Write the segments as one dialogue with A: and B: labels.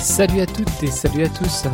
A: Salut à toutes et salut à tous.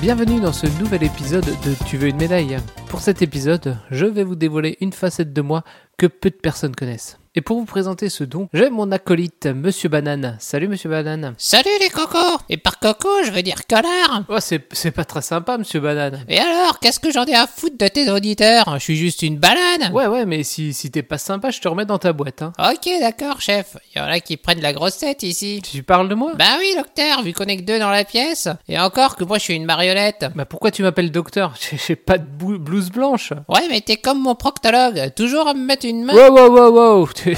A: Bienvenue dans ce nouvel épisode de Tu veux une médaille. Pour cet épisode, je vais vous dévoiler une facette de moi que peu de personnes connaissent. Et pour vous présenter ce don, j'ai mon acolyte, Monsieur Banane. Salut Monsieur Banane.
B: Salut les cocos Et par coco, je veux dire connard
A: Oh, c'est c'est pas très sympa, Monsieur Banane.
B: Et alors, qu'est-ce que j'en ai à foutre de tes auditeurs Je suis juste une banane
A: Ouais, ouais, mais si, si t'es pas sympa, je te remets dans ta boîte. Hein.
B: Ok, d'accord, chef. Y en a qui prennent la grosse tête ici.
A: Tu parles de moi
B: Bah oui, docteur, vu qu'on est que deux dans la pièce. Et encore que moi, je suis une marionnette.
A: Bah pourquoi tu m'appelles docteur J'ai j'ai pas de bou- blouse blanche.
B: Ouais, mais t'es comme mon proctologue, toujours à me mettre une main.
A: Wow, wow, wow, wow. Tu-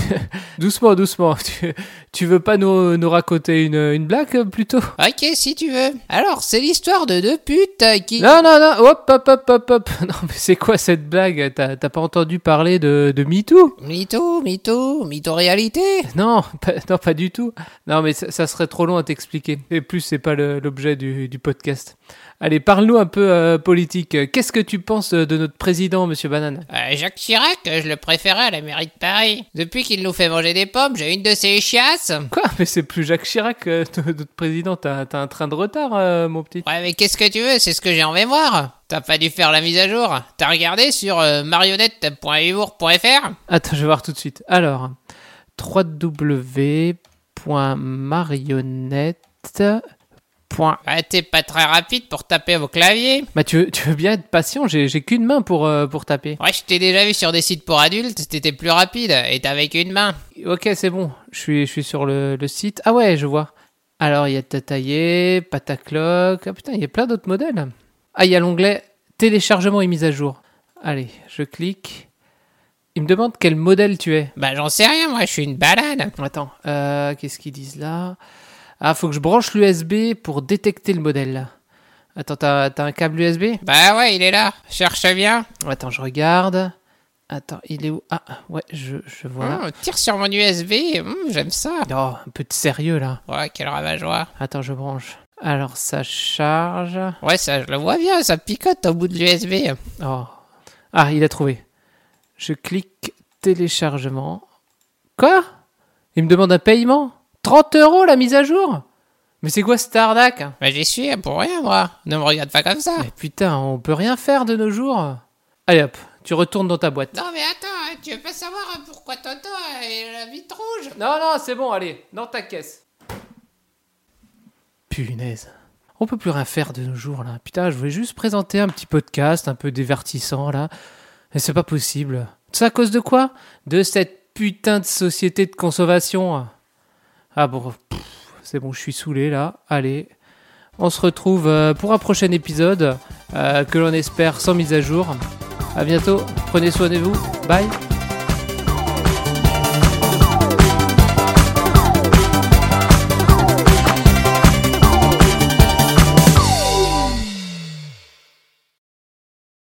A: doucement, doucement. Tu, tu veux pas nous, nous raconter une, une blague euh, plutôt
B: Ok, si tu veux. Alors, c'est l'histoire de deux putes euh, qui...
A: Non, non, non, hop, hop, hop, hop, hop. Non, mais c'est quoi cette blague T'as t'as pas entendu parler de, de MeToo
B: Mytho, mytho, mytho réalité
A: non, pas, non, pas du tout. Non, mais ça, ça serait trop long à t'expliquer. Et plus, c'est pas le- l'objet du, du podcast. Allez, parle-nous un peu euh, politique. Qu'est-ce que tu penses de, de notre président, monsieur Banane
B: Euh, Jacques Chirac, euh, je le préférais à la mairie de Paris. Depuis qu'il nous fait manger des pommes, j'ai une de ses chiasses.
A: Quoi Mais c'est plus Jacques Chirac, euh, notre président. T'as t'as un train de retard, euh, mon petit.
B: Ouais, mais qu'est-ce que tu veux C'est ce que j'ai en mémoire. T'as pas dû faire la mise à jour. T'as regardé sur euh, marionnette.humour.fr
A: Attends, je vais voir tout de suite. Alors, www.marionnette.
B: Ouais, t'es pas très rapide pour taper au clavier.
A: Bah, tu veux, tu veux bien être patient, j'ai j'ai qu'une main pour, euh, pour taper.
B: Ouais, je t'ai déjà vu sur des sites pour adultes, t'étais plus rapide et t'avais qu'une main.
A: Ok, c'est bon, je suis, je suis sur le, le site. Ah ouais, je vois. Alors, il y a Tataillé, Patacloc. Ah putain, il y a plein d'autres modèles. Ah, il y a l'onglet téléchargement et mise à jour. Allez, je clique. Il me demande quel modèle tu es.
B: Bah, j'en sais rien, moi, je suis une banane.
A: Attends, euh, qu'est-ce qu'ils disent là Ah, faut que je branche l'USB pour détecter le modèle. Attends, t'as t'as un câble USB
B: Bah ouais, il est là. Cherche bien.
A: Attends, je regarde. Attends, il est où Ah, ouais, je, je vois. là.
B: Oh, tire sur mon USB. Hum, J'aime ça.
A: Oh, un peu de sérieux là.
B: Ouais, quel ravageoir.
A: Attends, je branche. Alors, ça charge.
B: Ouais, ça, je le vois bien, ça picote au bout de l'USB.
A: Oh. Ah, il a trouvé. Je clique téléchargement. Quoi Il me demande un paiement 30 euros la mise à jour Mais c'est quoi cette arnaque
B: Bah, j'y suis pour rien, moi. Ne me regarde pas comme ça.
A: Mais putain, on peut rien faire de nos jours. Allez hop, tu retournes dans ta boîte.
B: Non mais attends, hein, tu veux pas savoir hein, pourquoi Toto euh, est la vitre rouge
A: Non, non, c'est bon, allez, dans ta caisse. Punaise. On peut plus rien faire de nos jours là. Putain, je voulais juste présenter un petit podcast un peu divertissant là. Mais c'est pas possible. C'est à cause de quoi De cette putain de société de consommation. Ah bon, pff, c'est bon, je suis saoulé là. Allez. On se retrouve euh, pour un prochain épisode euh, que l'on espère sans mise à jour. À bientôt. Prenez soin de vous. Bye.